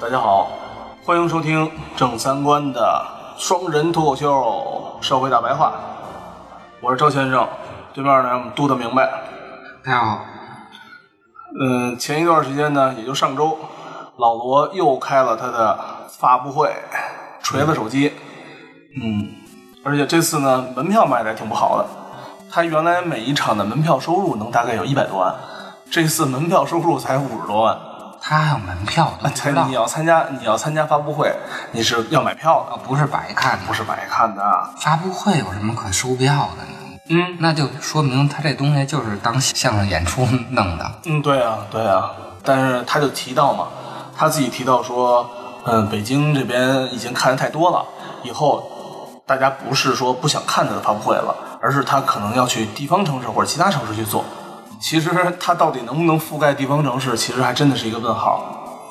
大家好，欢迎收听正三观的双人脱口秀《社会大白话》，我是赵先生，对面呢我们嘟的明白。大家好，嗯，前一段时间呢，也就上周，老罗又开了他的发布会，锤子手机，嗯，而且这次呢，门票卖的还挺不好的。他原来每一场的门票收入能大概有一百多万，这次门票收入才五十多万。他还有门票，我都不才知道你要参加，你要参加发布会，你是要买票的，啊，不是白看的，不是白看的。啊发布会有什么可收票的呢？嗯那就说明他这东西就是当相声演出弄的。嗯，对啊对啊。但是他就提到嘛，他自己提到说，嗯，北京这边已经看的太多了，以后大家不是说不想看他的发布会了，而是他可能要去地方城市或者其他城市去做。其实他到底能不能覆盖地方城市，其实还真的是一个问号。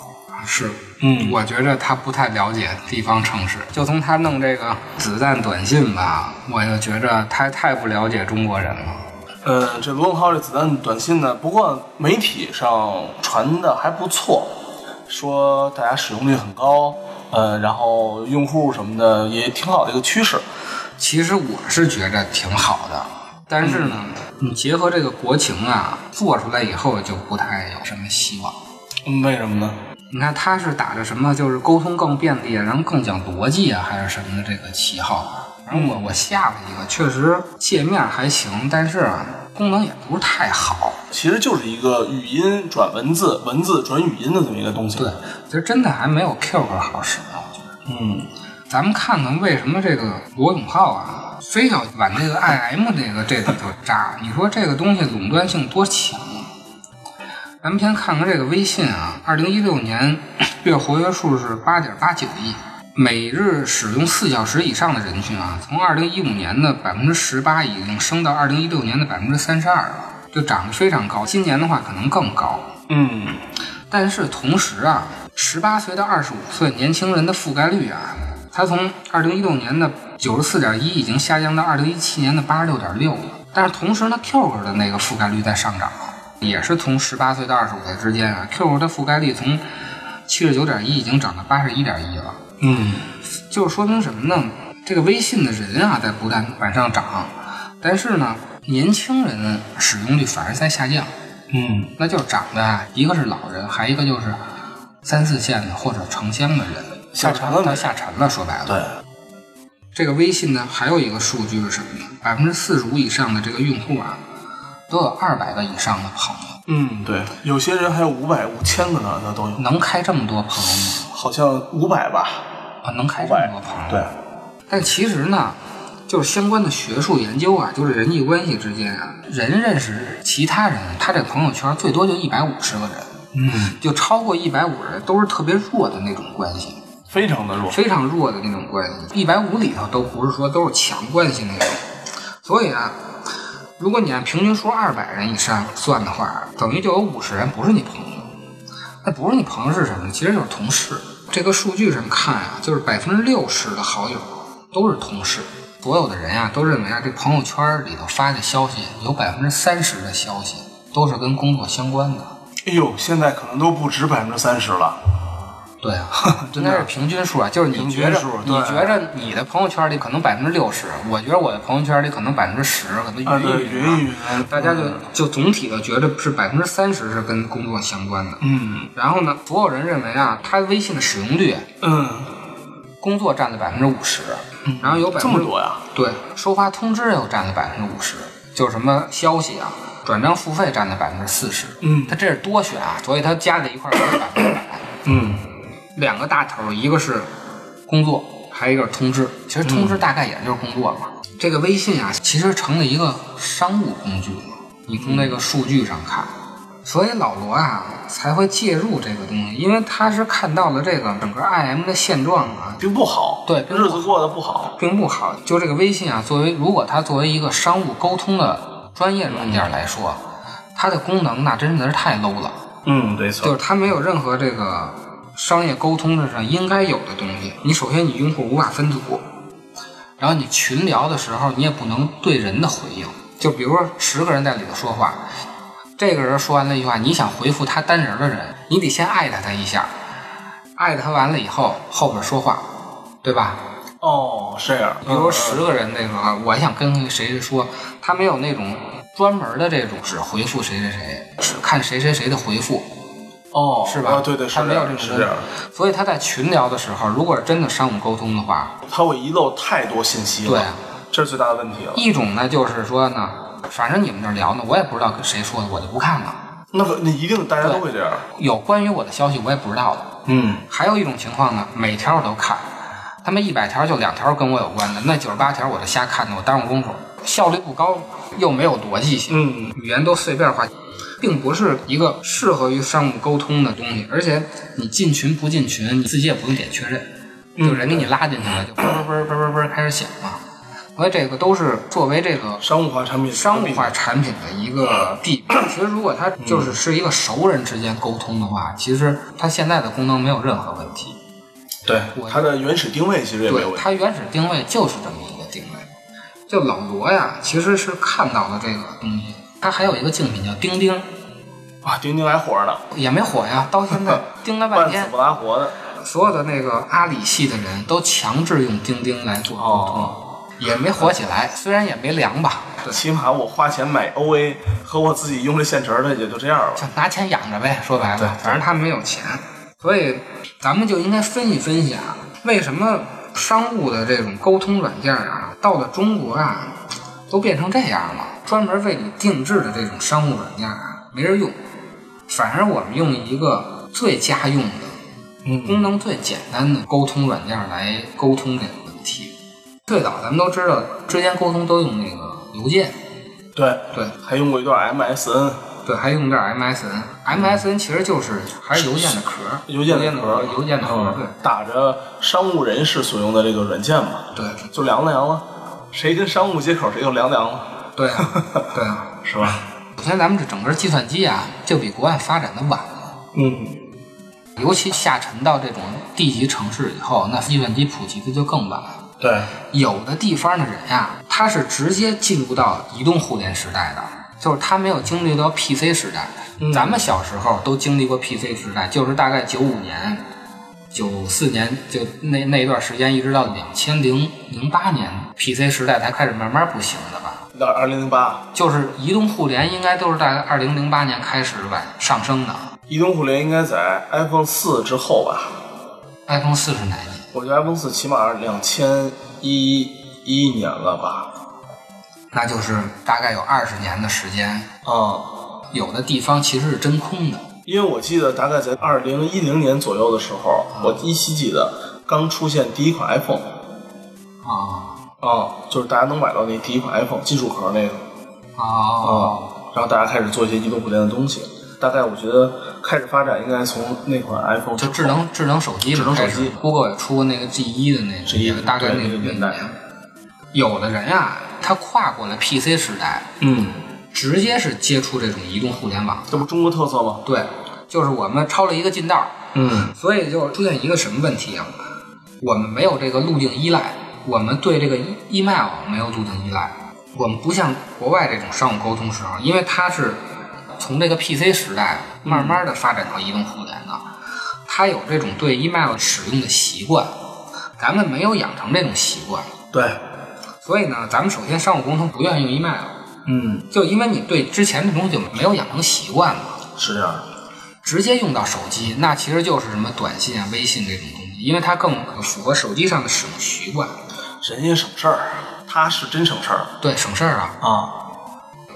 是，嗯我觉着他不太了解地方城市。就从他弄这个子弹短信吧，我就觉着他太不了解中国人了。呃，这罗永浩这子弹短信呢，不过媒体上传的还不错，说大家使用率很高，呃，然后用户什么的也挺好的一个趋势。其实我是觉着挺好的，但是呢，你结合这个国情啊，做出来以后就不太有什么希望。嗯，为什么呢？你看他是打着什么就是沟通更便利，然后更讲逻辑啊，还是什么的这个旗号啊。然后我我下了一个，确实界面还行，但是啊功能也不是太好。其实就是一个语音转文字、文字转语音的这么一个东西。对，，其实真的还没有 QQ 好使啊呢。我觉得嗯，咱们看看为什么这个罗永浩啊，非要往这个 IM 这个这里头扎。你说这个东西垄断性多强啊？咱们先看看这个微信啊，二零一六年月活跃数是八点八九亿，每日使用四小时以上的人群啊，从二零一五年的百分之十八已经升到二零一六年的百分之三十二了，就涨得非常高。今年的话可能更高。嗯，但是同时啊，十八岁到二十五岁年轻人的覆盖率啊，它从二零一六年的九十四点一已经下降到二零一七年的八十六点六了。但是同时呢，QQ 的那个覆盖率在上涨，啊也是从十八岁到二十五岁之间啊，QQ 的覆盖率从七十九点一已经涨到八十一点一了。嗯，就是说明什么呢？这个微信的人啊，在不断往上涨，但是呢，年轻人使用率反而在下降。嗯，那就是长得啊一个是老人，还一个就是三四线的或者城乡的人，下沉了到下沉了。说白了，对，这个微信呢，还有一个数据是什么呢？百分之四十五以上的这个用户啊，都有二百个以上的朋友，嗯，对，有些人还有五百、五千个呢，那都有，能开这么多朋友吗？好像五百吧？啊，能开五这么百多朋友？，对，但其实呢，就是相关的学术研究啊，就是人际关系之间啊，人认识其他人，他这朋友圈最多就一百五十个人，嗯，就超过一百五十都是特别弱的那种关系。非常的弱。非常弱的那种关系，一百五里头都不是说都是强关系那种。所以啊，如果你按平均数二百人以上算的话，等于就有五十人不是你朋友。那不是你朋友是什么呢？其实就是同事。这个数据上看啊，就是百分之六十的好友都是同事。所有的人啊，都认为啊，这朋友圈里头发的消息有百分之三十的消息都是跟工作相关的。哎呦，现在可能都不止百分之三十了。对啊，应该是平均数啊，就是你觉平着均数你对觉着你的朋友圈里可能百分之六十，我觉得我的朋友圈里可能百分之十，可啊，能对，云云云一啊。云，嗯大家就就总体的觉得是百分之三十是跟工作相关的，嗯然后呢，所有人认为啊，他微信的使用率，嗯，工作占了百分之五十，然后有百这分么之多呀？对，收发通知又占了百分之五十，就是什么消息啊，转账付费占了百分之四十，嗯他这是多选啊，所以他加在一块儿是百分之百。嗯两个大头儿，一个是工作，还有一个是通知。嗯其实通知大概也就是工作嘛。这个微信啊，其实成了一个商务工具了。你从那个数据上看。所以老罗啊才会介入这个东西，因为他是看到了这个整个 IM 的现状啊，并不好，对并不日子过得不好，并不好。就这个微信啊，作为如果它作为一个商务沟通的专业软件来说，它的功能那真的是太 low 了，嗯，没就错，是它没有任何这个商业沟通上应该有的东西。你首先你用户无法分组，然后你群聊的时候你也不能对人的回应，就比如说十个人在里头说话，这个人说完了一句话，你想回复他单人的人，你得先艾特他一下，艾特他完了以后后边说话，对吧？哦，是，比如说十个人那个，我想跟谁谁说，他没有那种专门的这种只回复谁谁谁，只看谁谁谁的回复，哦，是吧？哦对对，他是没有这种是东西这样，所以他在群聊的时候，如果是真的商务沟通的话，他会遗漏太多信息了，对，啊这是最大的问题了。一种呢就是说呢，反正你们这聊呢，我也不知道跟谁说的，我就不看了。那个，那一定大家都会这样，有关于我的消息我也不知道了。嗯，还有一种情况呢，每条我都看，他们一百条就两条跟我有关的，那九十八条我就瞎看的，我耽误工夫，效率不高，又没有逻辑性，嗯，语言都碎片化，并不是一个适合于商务沟通的东西。而且你进群不进群，你自己也不用点确认，就人给你拉进去了，就啵啵啵啵啵啵开始响了。所以这个都是作为这个商务化产品，商务化产品的一个弊病。其实如果它就是是一个熟人之间沟通的话，其实它现在的功能没有任何问题。对我它的原始定位其实也没有对，问题，它原始定位就是这么一个定位。就老罗呀，其实是看到了这个东西。他还有一个竞品叫钉钉，啊，钉钉来活呢，也没火 呀，到现在钉了半万死天。不拉活的，所有的那个阿里系的人都强制用钉钉来嗯做沟哦通，也没火起来。虽然也没凉吧，对，起码我花钱买 OA 和我自己用这现成的也就这样了。就拿钱养着呗。说白对了，反正他们没有钱，所以咱们就应该分析分析啊，为什么商务的这种沟通软件啊，到了中国啊，都变成这样了？专门为你定制的这种商务软件啊，没人用，反而我们用一个最家用的。嗯，功能最简单的沟通软件来沟通这个问题。最早咱们都知道，之前沟通都用那个邮件，对，对还用过一段 MSN，对，还用这 MSN。MSN 其实就是还是邮件的壳，邮件的壳，邮件的壳，嗯打着商务人士所用的这个软件嘛，对对就凉凉了，谁跟商务接口谁就凉凉了，对啊对啊。是吧？首先，咱们这整个计算机啊，就比国外发展的晚了，嗯，尤其下沉到这种地级城市以后，那计算机普及的就更晚。对，有的地方的人呀、他是直接进入到移动互联时代的，就是他没有经历到 PC 时代。咱们小时候都经历过 PC 时代，就是大概九五年、九四年就那那一段时间，一直到两千零零八年，PC 时代才开始慢慢不行的吧。那二零零八，就是移动互联应该都是大概二零零八年开始往上升的。移动互联应该在 iPhone 四之后吧？ iPhone 四是哪一年？我觉得 iPhone 四起码两千一一年了吧？那就是大概有二十年的时间，啊、有的地方其实是真空的。因为我记得大概在二零一零年左右的时候，我依稀记得刚出现第一款 iPhone。啊啊，就是大家能买到那第一款 iPhone 金属壳那个哦，啊，然后大家开始做一些移动互联的东西。大概我觉得开始发展应该从那款 iPhone 就智能智能手机智能手机开始，Google 也出过那个 G 一的那个 G1 大概那对那个年年代。有的人啊，他跨过了 PC 时代，嗯，直接是接触这种移动互联网。这不中国特色吗？对，就是我们抄了一个近道儿，嗯，所以就出现一个什么问题啊？我们没有这个路径依赖，我们对这个 e- email 没有路径依赖，我们不像国外这种商务沟通时候，因为它是从这个 PC 时代慢慢的发展到移动互联的，它有这种对 email 使用的习惯，咱们没有养成这种习惯，对，所以呢，咱们首先商务沟通不愿意用 email，嗯，就因为你对之前这东西就没有养成习惯嘛。是这样的。直接用到手机，那其实就是什么短信啊、微信这种东西，因为它更符合手机上的使用习惯，人家省事儿，他是真省事儿对，省事儿啊。啊。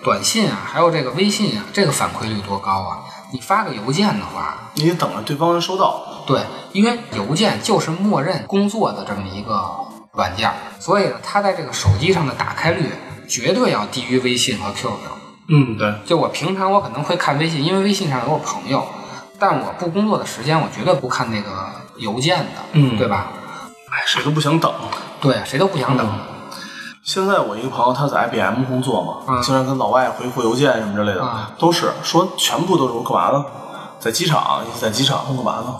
短信啊，还有这个微信啊，这个反馈率多高啊！你发个邮件的话，你得等着对方人收到。对，因为邮件就是默认工作的这么一个软件儿，所以呢，它在这个手机上的打开率绝对要低于微信和 QQ。嗯，对，就我平常我可能会看微信，因为微信上有我朋友，但我不工作的时间，我绝对不看那个邮件的，嗯对吧？哎，谁都不想等。对，啊谁都不想等。现在我一个朋友，他在 IBM 工作嘛，嗯经常跟老外回复邮件什么之类的，啊都是说全部都是我干嘛呢？在机场，你在机场干嘛呢？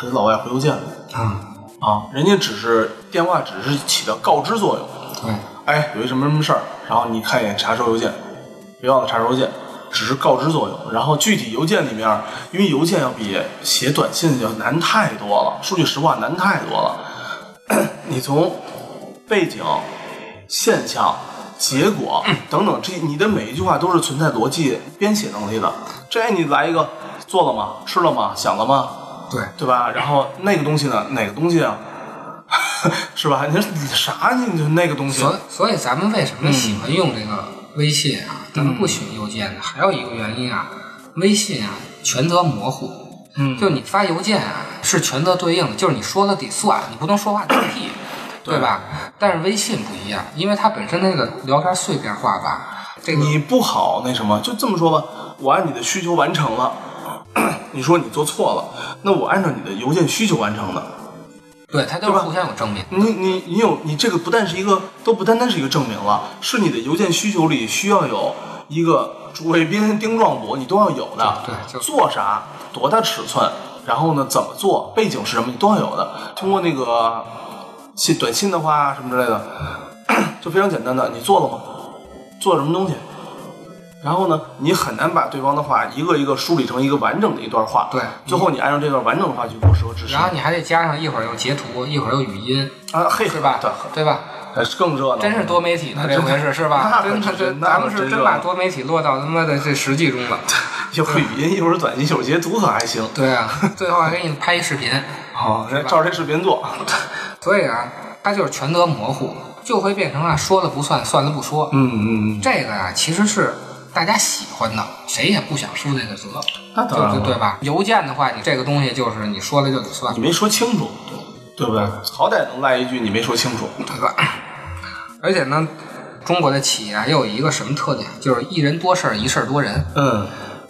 给老外回邮件啊、啊，人家只是电话只是起到告知作用，对，哎，有一什么什么事儿，然后你看一眼查收邮件，别忘了查收邮件，只是告知作用。然后具体邮件里面，因为邮件要比写短信要难太多了，说句实话难太多了。 你从背景、现象、结果等等，这你的每一句话都是存在逻辑编写能力的。这哎你来一个做了吗？吃了吗？想了吗？对，对吧？然后那个东西呢？哪个东西啊？ 是吧？你说你啥？你就那个东西？所以所以咱们为什么嗯喜欢用这个微信啊？咱们不喜欢邮件呢？还有一个原因啊，微信啊权责模糊，嗯就你发邮件啊是权责对应的，就是你说了得算，你不能说话打 屁，对吧？但是微信不一样，因为它本身那个聊天碎片化吧，这个你不好那什么，就这么说吧，我按你的需求完成了， 你说你做错了，那我按照你的邮件需求完成的。对它都是对吧互相有正面。你你你有你这个不但是一个，都不单单是一个证明了，是你的邮件需求里需要有一个主谓宾、丁状补，你都要有的。对对就做啥、多大尺寸，然后呢怎么做，背景是什么，你都要有的。通过那个信短信的话什么之类的， 就非常简单的，你做了吗？做了什么东西？然后呢，你很难把对方的话一个一个梳理成一个完整的一段话。对最后你按照这段完整的话去落实和实施。然后你还得加上一会儿又截图，一会儿又语音，啊，嘿，对吧？对，对吧？呃更热闹，真是多媒体呢，那这真回是是吧？那可真的真这是那咱可们是真真热把闹多媒体落到他妈的这实际中 了。一会儿语音，一会儿短信，一会儿截图可还行。对啊，最后还给你拍一视频，哦好，照这视频 做。所以啊，它就是权责模糊，就会变成啊说了不算，算了不说。嗯嗯嗯，这个啊，其实是大家喜欢的，谁也不想输这个责，那当然对了，对吧？邮件的话，你这个东西就是你说了就得算你，没说清楚，对不对？好歹能赖一句你没说清楚。对吧？而且呢，中国的企业啊，又有一个什么特点，就是一人多事儿，一事儿多人。嗯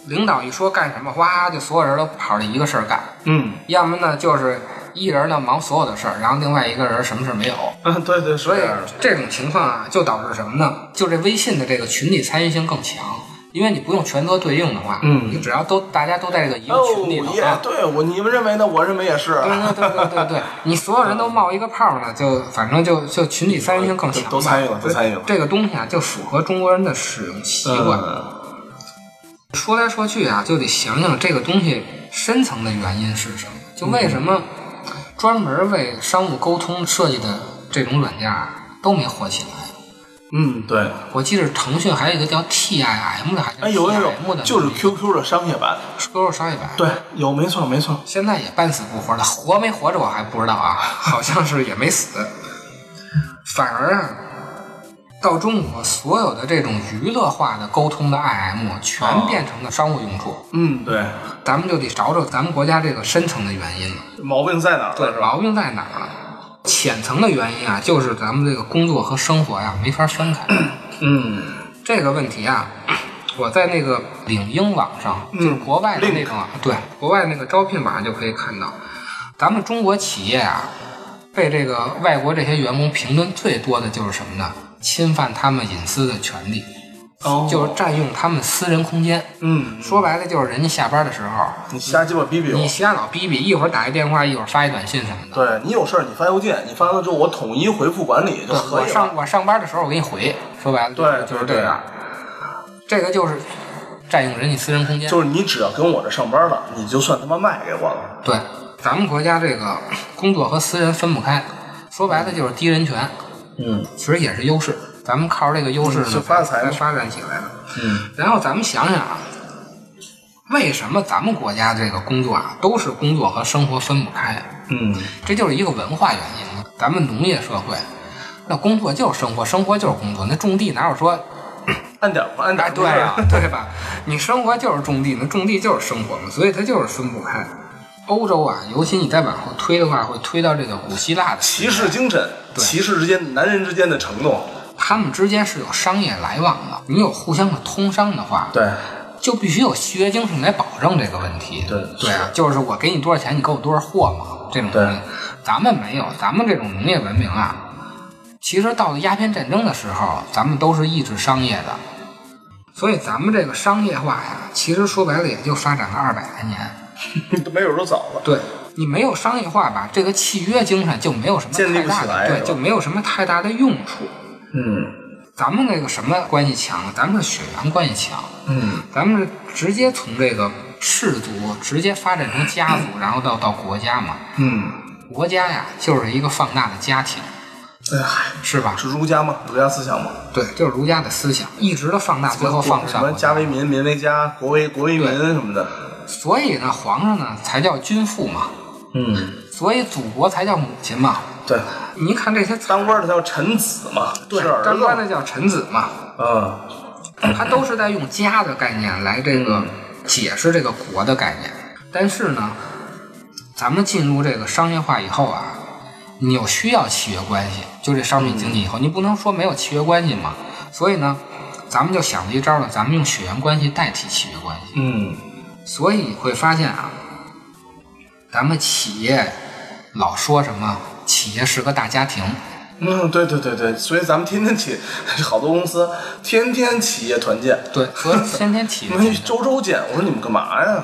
领导一说干什么，哗，就所有人都跑着一个事儿干；嗯要么呢，就是一人呢忙所有的事儿，然后另外一个人什么事儿没有。嗯，对对，是所以这样的。这种情况啊，就导致什么呢？就这微信的这个群体参与性更强，因为你不用权责对应的话，嗯哦你只要都大家都在这个一个群里头耶啊，嗯对我你们认为呢？我认为也是。啊对对对对对对，你所有人都冒一个泡呢，就反正就就群体参与性更强嘛，都参与了都参与了这个东西啊，就符合中国人的使用习惯。嗯说来说去啊，就得想想这个东西深层的原因是什么。就为什么专门为商务沟通设计的这种软件啊都没火起来？嗯，对。我记得腾讯还有一个叫 TIM 的，还是哎，有那种 TIM 的，就是 QQ 的商业版。多少商业版。对，有没错没错。现在也半死不活的，活没活着我还不知 道啊，好像是也没死。反而啊，到中国所有的这种娱乐化的沟通的 IM 哦全变成了商务用处，嗯，对，咱们就得找找咱们国家这个深层的原因了。毛病在哪儿？对，毛病在哪儿了？浅层的原因啊，就是咱们这个工作和生活呀、没法分开。嗯，这个问题啊，我在那个领英网上，嗯就是国外的那种啊，对，国外那个招聘网上就可以看到，咱们中国企业啊，被这个外国这些员工评论最多的就是什么呢？侵犯他们隐私的权利，哦，就是占用他们私人空间。嗯，说白了，就是人家下班的时候，你瞎鸡巴逼逼我你。瞎老逼逼，一会儿打一电话，一会儿发一短信什么的。对你有事儿你发邮件，你发完了之后我统一回复管理就对，可我以了。上我上班的时候我给你回，说白了就是对就是对这样，这个就是占用人家私人空间。就是你只要跟我这上班了，你就算他妈卖给我了。对，咱们国家这个工作和私人分不开，说白了就是低人权，嗯其实也是优势。咱们靠着这个优势嗯呢，是发财才嘛发展起来的。嗯然后咱们想想啊，为什么咱们国家这个工作啊，都是工作和生活分不开？啊嗯，这就是一个文化原因。咱们农业社会，那工作就是生活，生活就是工作。那种地哪有说按点儿吧，按点哎，儿对呀、啊， 对吧？你生活就是种地，那种地就是生活嘛，所以它就是分不开。欧洲啊，尤其你再往后推的话，会推到这个古希腊的时代，骑士精神，骑士之间男人之间的承诺。他们之间是有商业来往的，你有互相的通商的话，对，就必须有契约精神来保证这个问题。对对啊，就是我给你多少钱，你给我多少货嘛，这种东西对。咱们没有，咱们这种农业文明啊，其实到了鸦片战争的时候，咱们都是抑制商业的，所以咱们这个商业化呀，其实说白了也就发展了二百来年。 没有都早了。对你没有商业化吧，这个契约精神就没有什么建立太不大起的来对，是吧就没有什么太大的用处。嗯咱们那个什么关系强？咱们是血缘关系强，嗯，咱们是直接从这个氏族直接发展成家 族，然后到到国家嘛。嗯，国家呀，就是一个放大的家庭，哎呀，是吧？是儒家吗？儒家思想吗？对，就是儒家的思想一直的放大，最后放什上么国家家。为民，民为家，国为国为民对什么的。所以呢，皇上呢才叫君父嘛，嗯，所以祖国才叫母亲嘛。对，你看这些词儿，当官的叫臣子嘛，对是儿，子当官嘛。的叫臣子嘛。嗯，它都是在用家的概念来这个解释这个国的概念。但是呢，咱们进入这个商业化以后啊，你有需要契约关系，就这商品经济以后，你不能说没有契约关系嘛。所以呢，咱们就想了一招呢，咱们用血缘关系代替契约关系。嗯，所以你会发现啊，咱们企业老说什么企业是个大家庭，嗯，对对对对，所以咱们天天企， 好多公司天天企业团建，对，和天 天企业因为周周见。我说你们干嘛呀？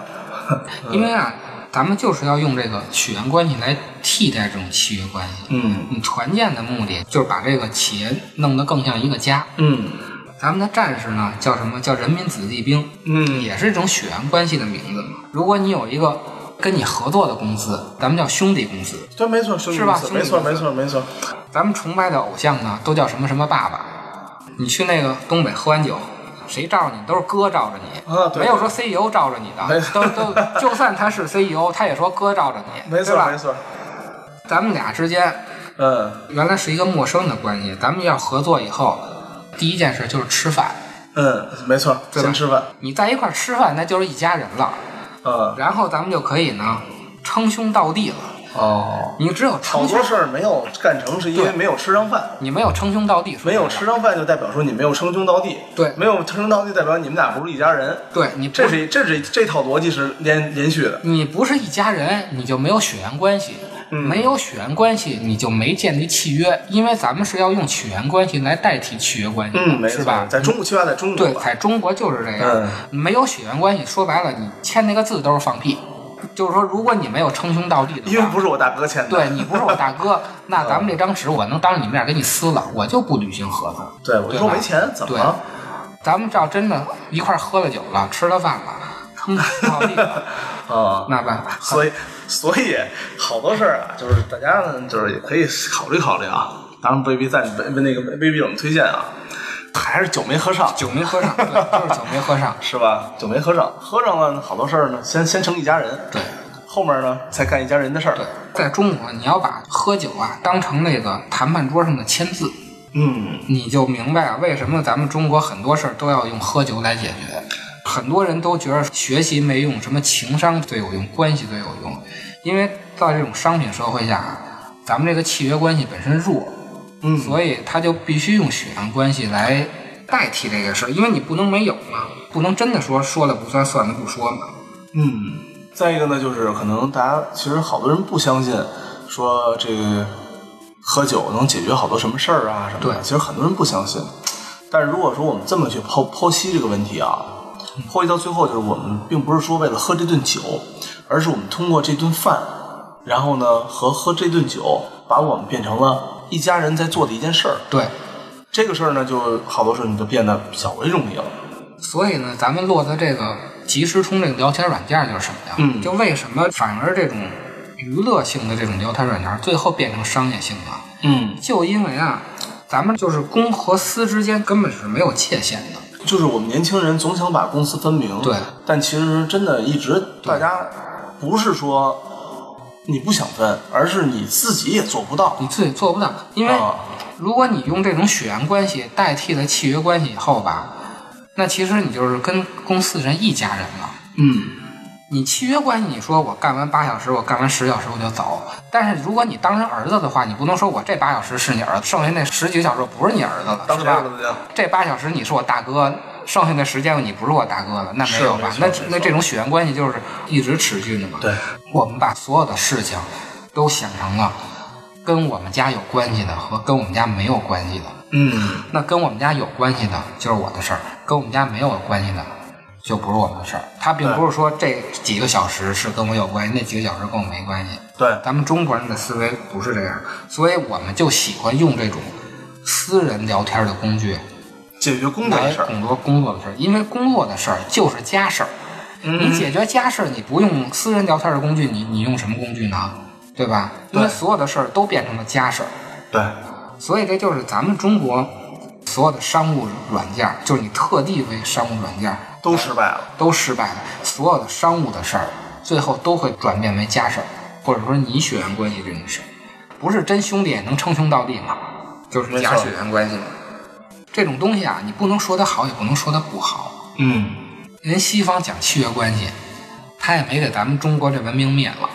因为啊，咱们就是要用这个血缘关系来替代这种契约关系。嗯你团建的目的就是把这个企业弄得更像一个家。嗯咱们的战士呢，叫什么叫人民子弟兵，嗯，也是一种血缘关系的名字。如果你有一个跟你合作的公司，咱们叫兄弟公司。对，没错，兄弟是吧公司没错兄弟没错没错。咱们崇拜的偶像呢，都叫什么什么爸爸。你去那个东北喝完酒，谁罩着你？都是哥罩着你，啊对没有说 CEO 罩着你没的，都都 就算他是 CEO，他也说哥罩着你，没对错吧没？错，咱们俩之间嗯原来是一个陌生的关系，咱们要合作以后，第一件事就是吃饭。嗯，没错，对吧先吃饭，你在一块儿吃饭，那就是一家人了。嗯然后咱们就可以呢，称兄道弟了。哦，你只有好称兄多，事儿没有干成，是因为对没有吃上饭。你没有称兄道弟，没有吃。上饭就代表说你没有称兄道弟，对没有称兄道弟代表你们俩不是一家人，对你不这是这是这套逻辑是连连续的，你不是一家人，你就没有血缘关系。嗯没有血缘关系，你就没建立契约，因为咱们是要用血缘关系来代替契约关系的，嗯，没是错吧？在中国，起码在中国对，吧，在中国就是这样，嗯没有血缘关系，说白了，你签那个字都是放屁。就是说，如果你没有称兄道弟的话，因为不是我大哥签的，对你不是我大哥， 那咱们这张纸我能当着你面给你撕了，我就不履行合同。对，我说吧没钱怎么了？咱们照真的一块儿喝了酒了，吃了饭 了，称兄道弟了，啊？那办法。所以所以好多事儿啊，就是大家呢，就是也可以考虑考虑啊，当然未必在那个未必我们推荐啊，还是酒没喝上。酒没喝上，对，就是酒没喝上，是吧？酒没喝上，喝上了好多事儿呢，先先成一家人，对后面呢才干一家人的事儿对。。在中国，你要把喝酒啊当成那个谈判桌上的签字，嗯，你就明白啊为什么咱们中国很多事儿都要用喝酒来解决。很多人都觉得学习没用，什么情商最有用，关系最有用，因为到这种商品社会下啊，咱们这个契约关系本身弱，嗯所以他就必须用血缘关系来代替这个事儿，因为你不能没有嘛，不能真的说说了不算，算了不说嘛。嗯，再一个呢，就是可能大家其实好多人不相信，说这个喝酒能解决好多什么事儿啊什么的。对其实很多人不相信。但是如果说我们这么去剖剖析这个问题啊，剖析到最后就是我们并不是说为了喝这顿酒，而是我们通过这顿饭，然后呢和喝这顿酒，把我们变成了一家人在做的一件事儿。对，这个事儿呢，就好多时候你就变得较为容易了。所以呢，咱们落在这个即时通这个聊天软件就是什么呀？嗯就为什么反而这种娱乐性的这种聊天软件最后变成商业性了？嗯，就因为啊，咱们就是公和私之间根本是没有界限的。就是我们年轻人总想把公私分明，对，但其实真的一直大家不是说你不想分，而是你自己也做不到。你自己做不到，因为啊如果你用这种血缘关系代替了契约关系以后吧，那其实你就是跟公司人一家人了。嗯，你契约关系，你说我干完八小时，我干完十小时我就走。但是如果你当成儿子的话，你不能说我这八小时是你儿子，剩下那十几个小时我不是你儿子了，当是时吧？怎么样？这八小时你是我大哥，剩下的时间你不是我大哥了，那没有吧？是那没错没错那这种血缘关系就是一直持续的嘛。对，我们把所有的事情都想成了跟我们家有关系的和跟我们家没有关系的。嗯，那跟我们家有关系的就是我的事儿，跟我们家没有关系的就不是我们的事儿。他并对不是说这几个小时是跟我有关系，那几个小时跟我没关系。对，咱们中国人的思维不是这样，所以我们就喜欢用这种私人聊天的工具解决工作来的事儿，很多工作的事儿，因为工作的事儿就是家事儿。嗯你解决家事儿，你不用私人聊天的工具，你你用什么工具呢？对吧？因为对所有的事儿都变成了家事儿。对，所以这就是咱们中国所有的商务软件儿，就是你特地为商务软件儿都失败了。都失败了，所有的商务的事儿最后都会转变为家事儿，或者说你血缘关系这种事儿，不是真兄弟也能称兄道弟嘛，就是没假错血缘关系嘛。这种东西啊，你不能说它好，也不能说它不好。嗯，人西方讲契约关系，他也没给咱们中国这文明灭了。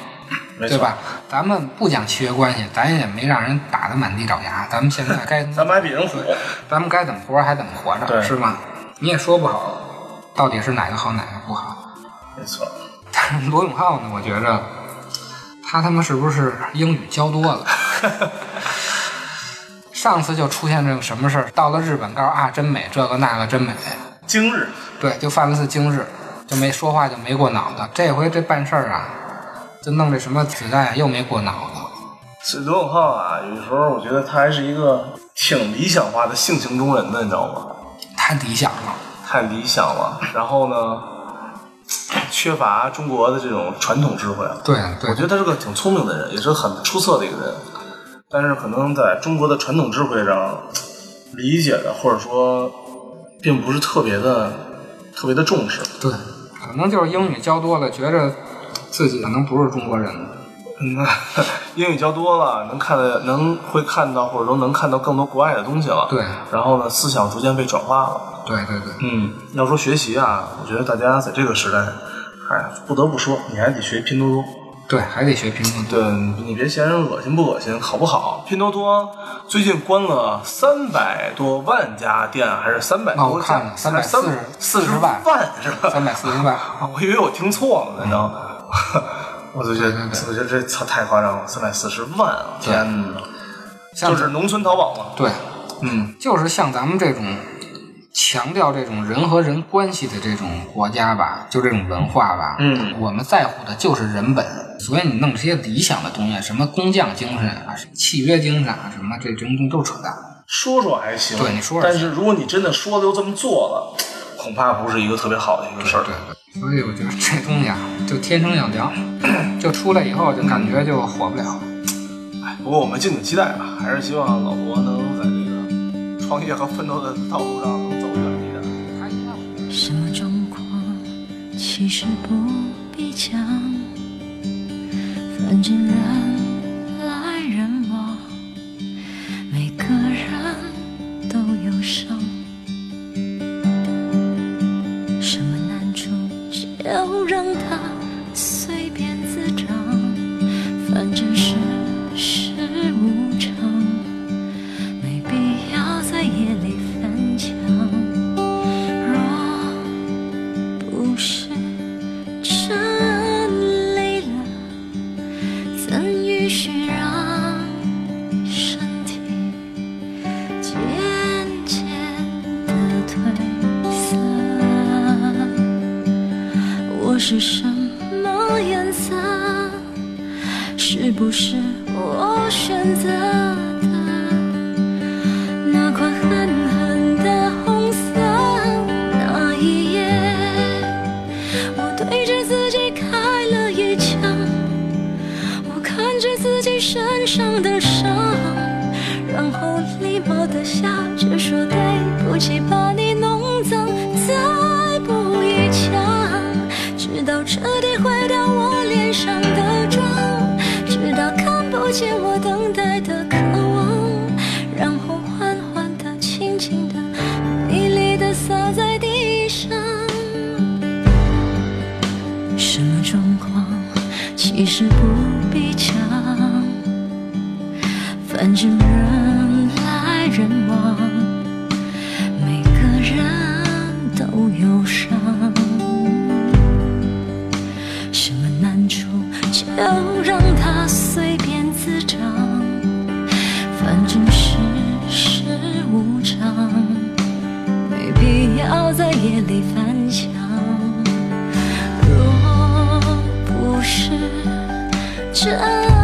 没对错。吧？咱们不讲契约关系，咱也没让人打得满地找牙。咱们现在该咱们还比人虎，咱们该怎么活还怎么活着，对是吗？你也说不好，到底是哪个好哪个不好。 没错。但是罗永浩呢，我觉着他他妈是不是英语教多了？上次就出现这个什么事儿，到了日本告诉啊真美，这个那个真美，今日对，就犯了次精致，就没说话就没过脑子。这回这办事儿啊，就弄这什么子弹啊又没过脑子。所以罗永浩啊，有时候我觉得他还是一个挺理想化的性情中人的，你知道吗？太理想了。太理想了，然后呢，缺乏中国的这种传统智慧。对我对觉得他是个挺聪明的人，也是很出色的一个人，但是可能在中国的传统智慧上理解的，或者说并不是特别的特别的重视。对，可能就是英语教多了，觉着自己可能不是中国人了。嗯， 英语教多了，能看的能会看到，或者说能看到更多国外的东西了。对然后呢，思想逐渐被转化了。对对对，嗯，要说学习啊，我觉得大家在这个时代，哎，不得不说，你还得学拼多多。对，还得学拼多多。对，你别嫌人恶心不恶心，好不好？拼多多最近关了三百多万家店，还是三百哦我多看家了？三四340万是吧？三百四十万，我以为我听错了呢，你知道吗？ 我就觉得对对，我觉得这操太夸张了，三百四十万啊！对天哪，像就是农村淘宝了。对，嗯，就是像咱们这种强调这种人和人关系的这种国家吧，就这种文化吧，嗯，我们在乎的就是人本。所以你弄这些理想的东西，什么工匠精神啊，什么契约精神啊，什么这种东西都是扯淡。说说还行，对你说说但是如果你真的说了又这么做了，恐怕不是一个特别好的一个事儿。对，对，所以我觉得这东西啊，就天生要聊， 就出来以后就感觉就火不了。不过我们敬请期待吧，还是希望老罗能在这个创业和奋斗的道路上能走远一点。还一样什么状况，其实不必讲，反正人来人往，每个人都有伤。什么难处，就让它随便滋长，反正世事无常，没必要在夜里翻墙。若不是真累了，怎允许让身体渐渐的褪色？我是什么颜色？是不是我选择的？那块狠狠的红色，那一夜，我对着自己开了一枪。我看着自己身上的伤，然后礼貌的笑着说对不起，把你弄脏，再补一枪，直到彻底毁掉我脸上的妆，直到看不见我等待的渴望，然后缓缓的、轻轻的、美丽的洒在地上。什么状要在夜里翻墙。若不是这。啊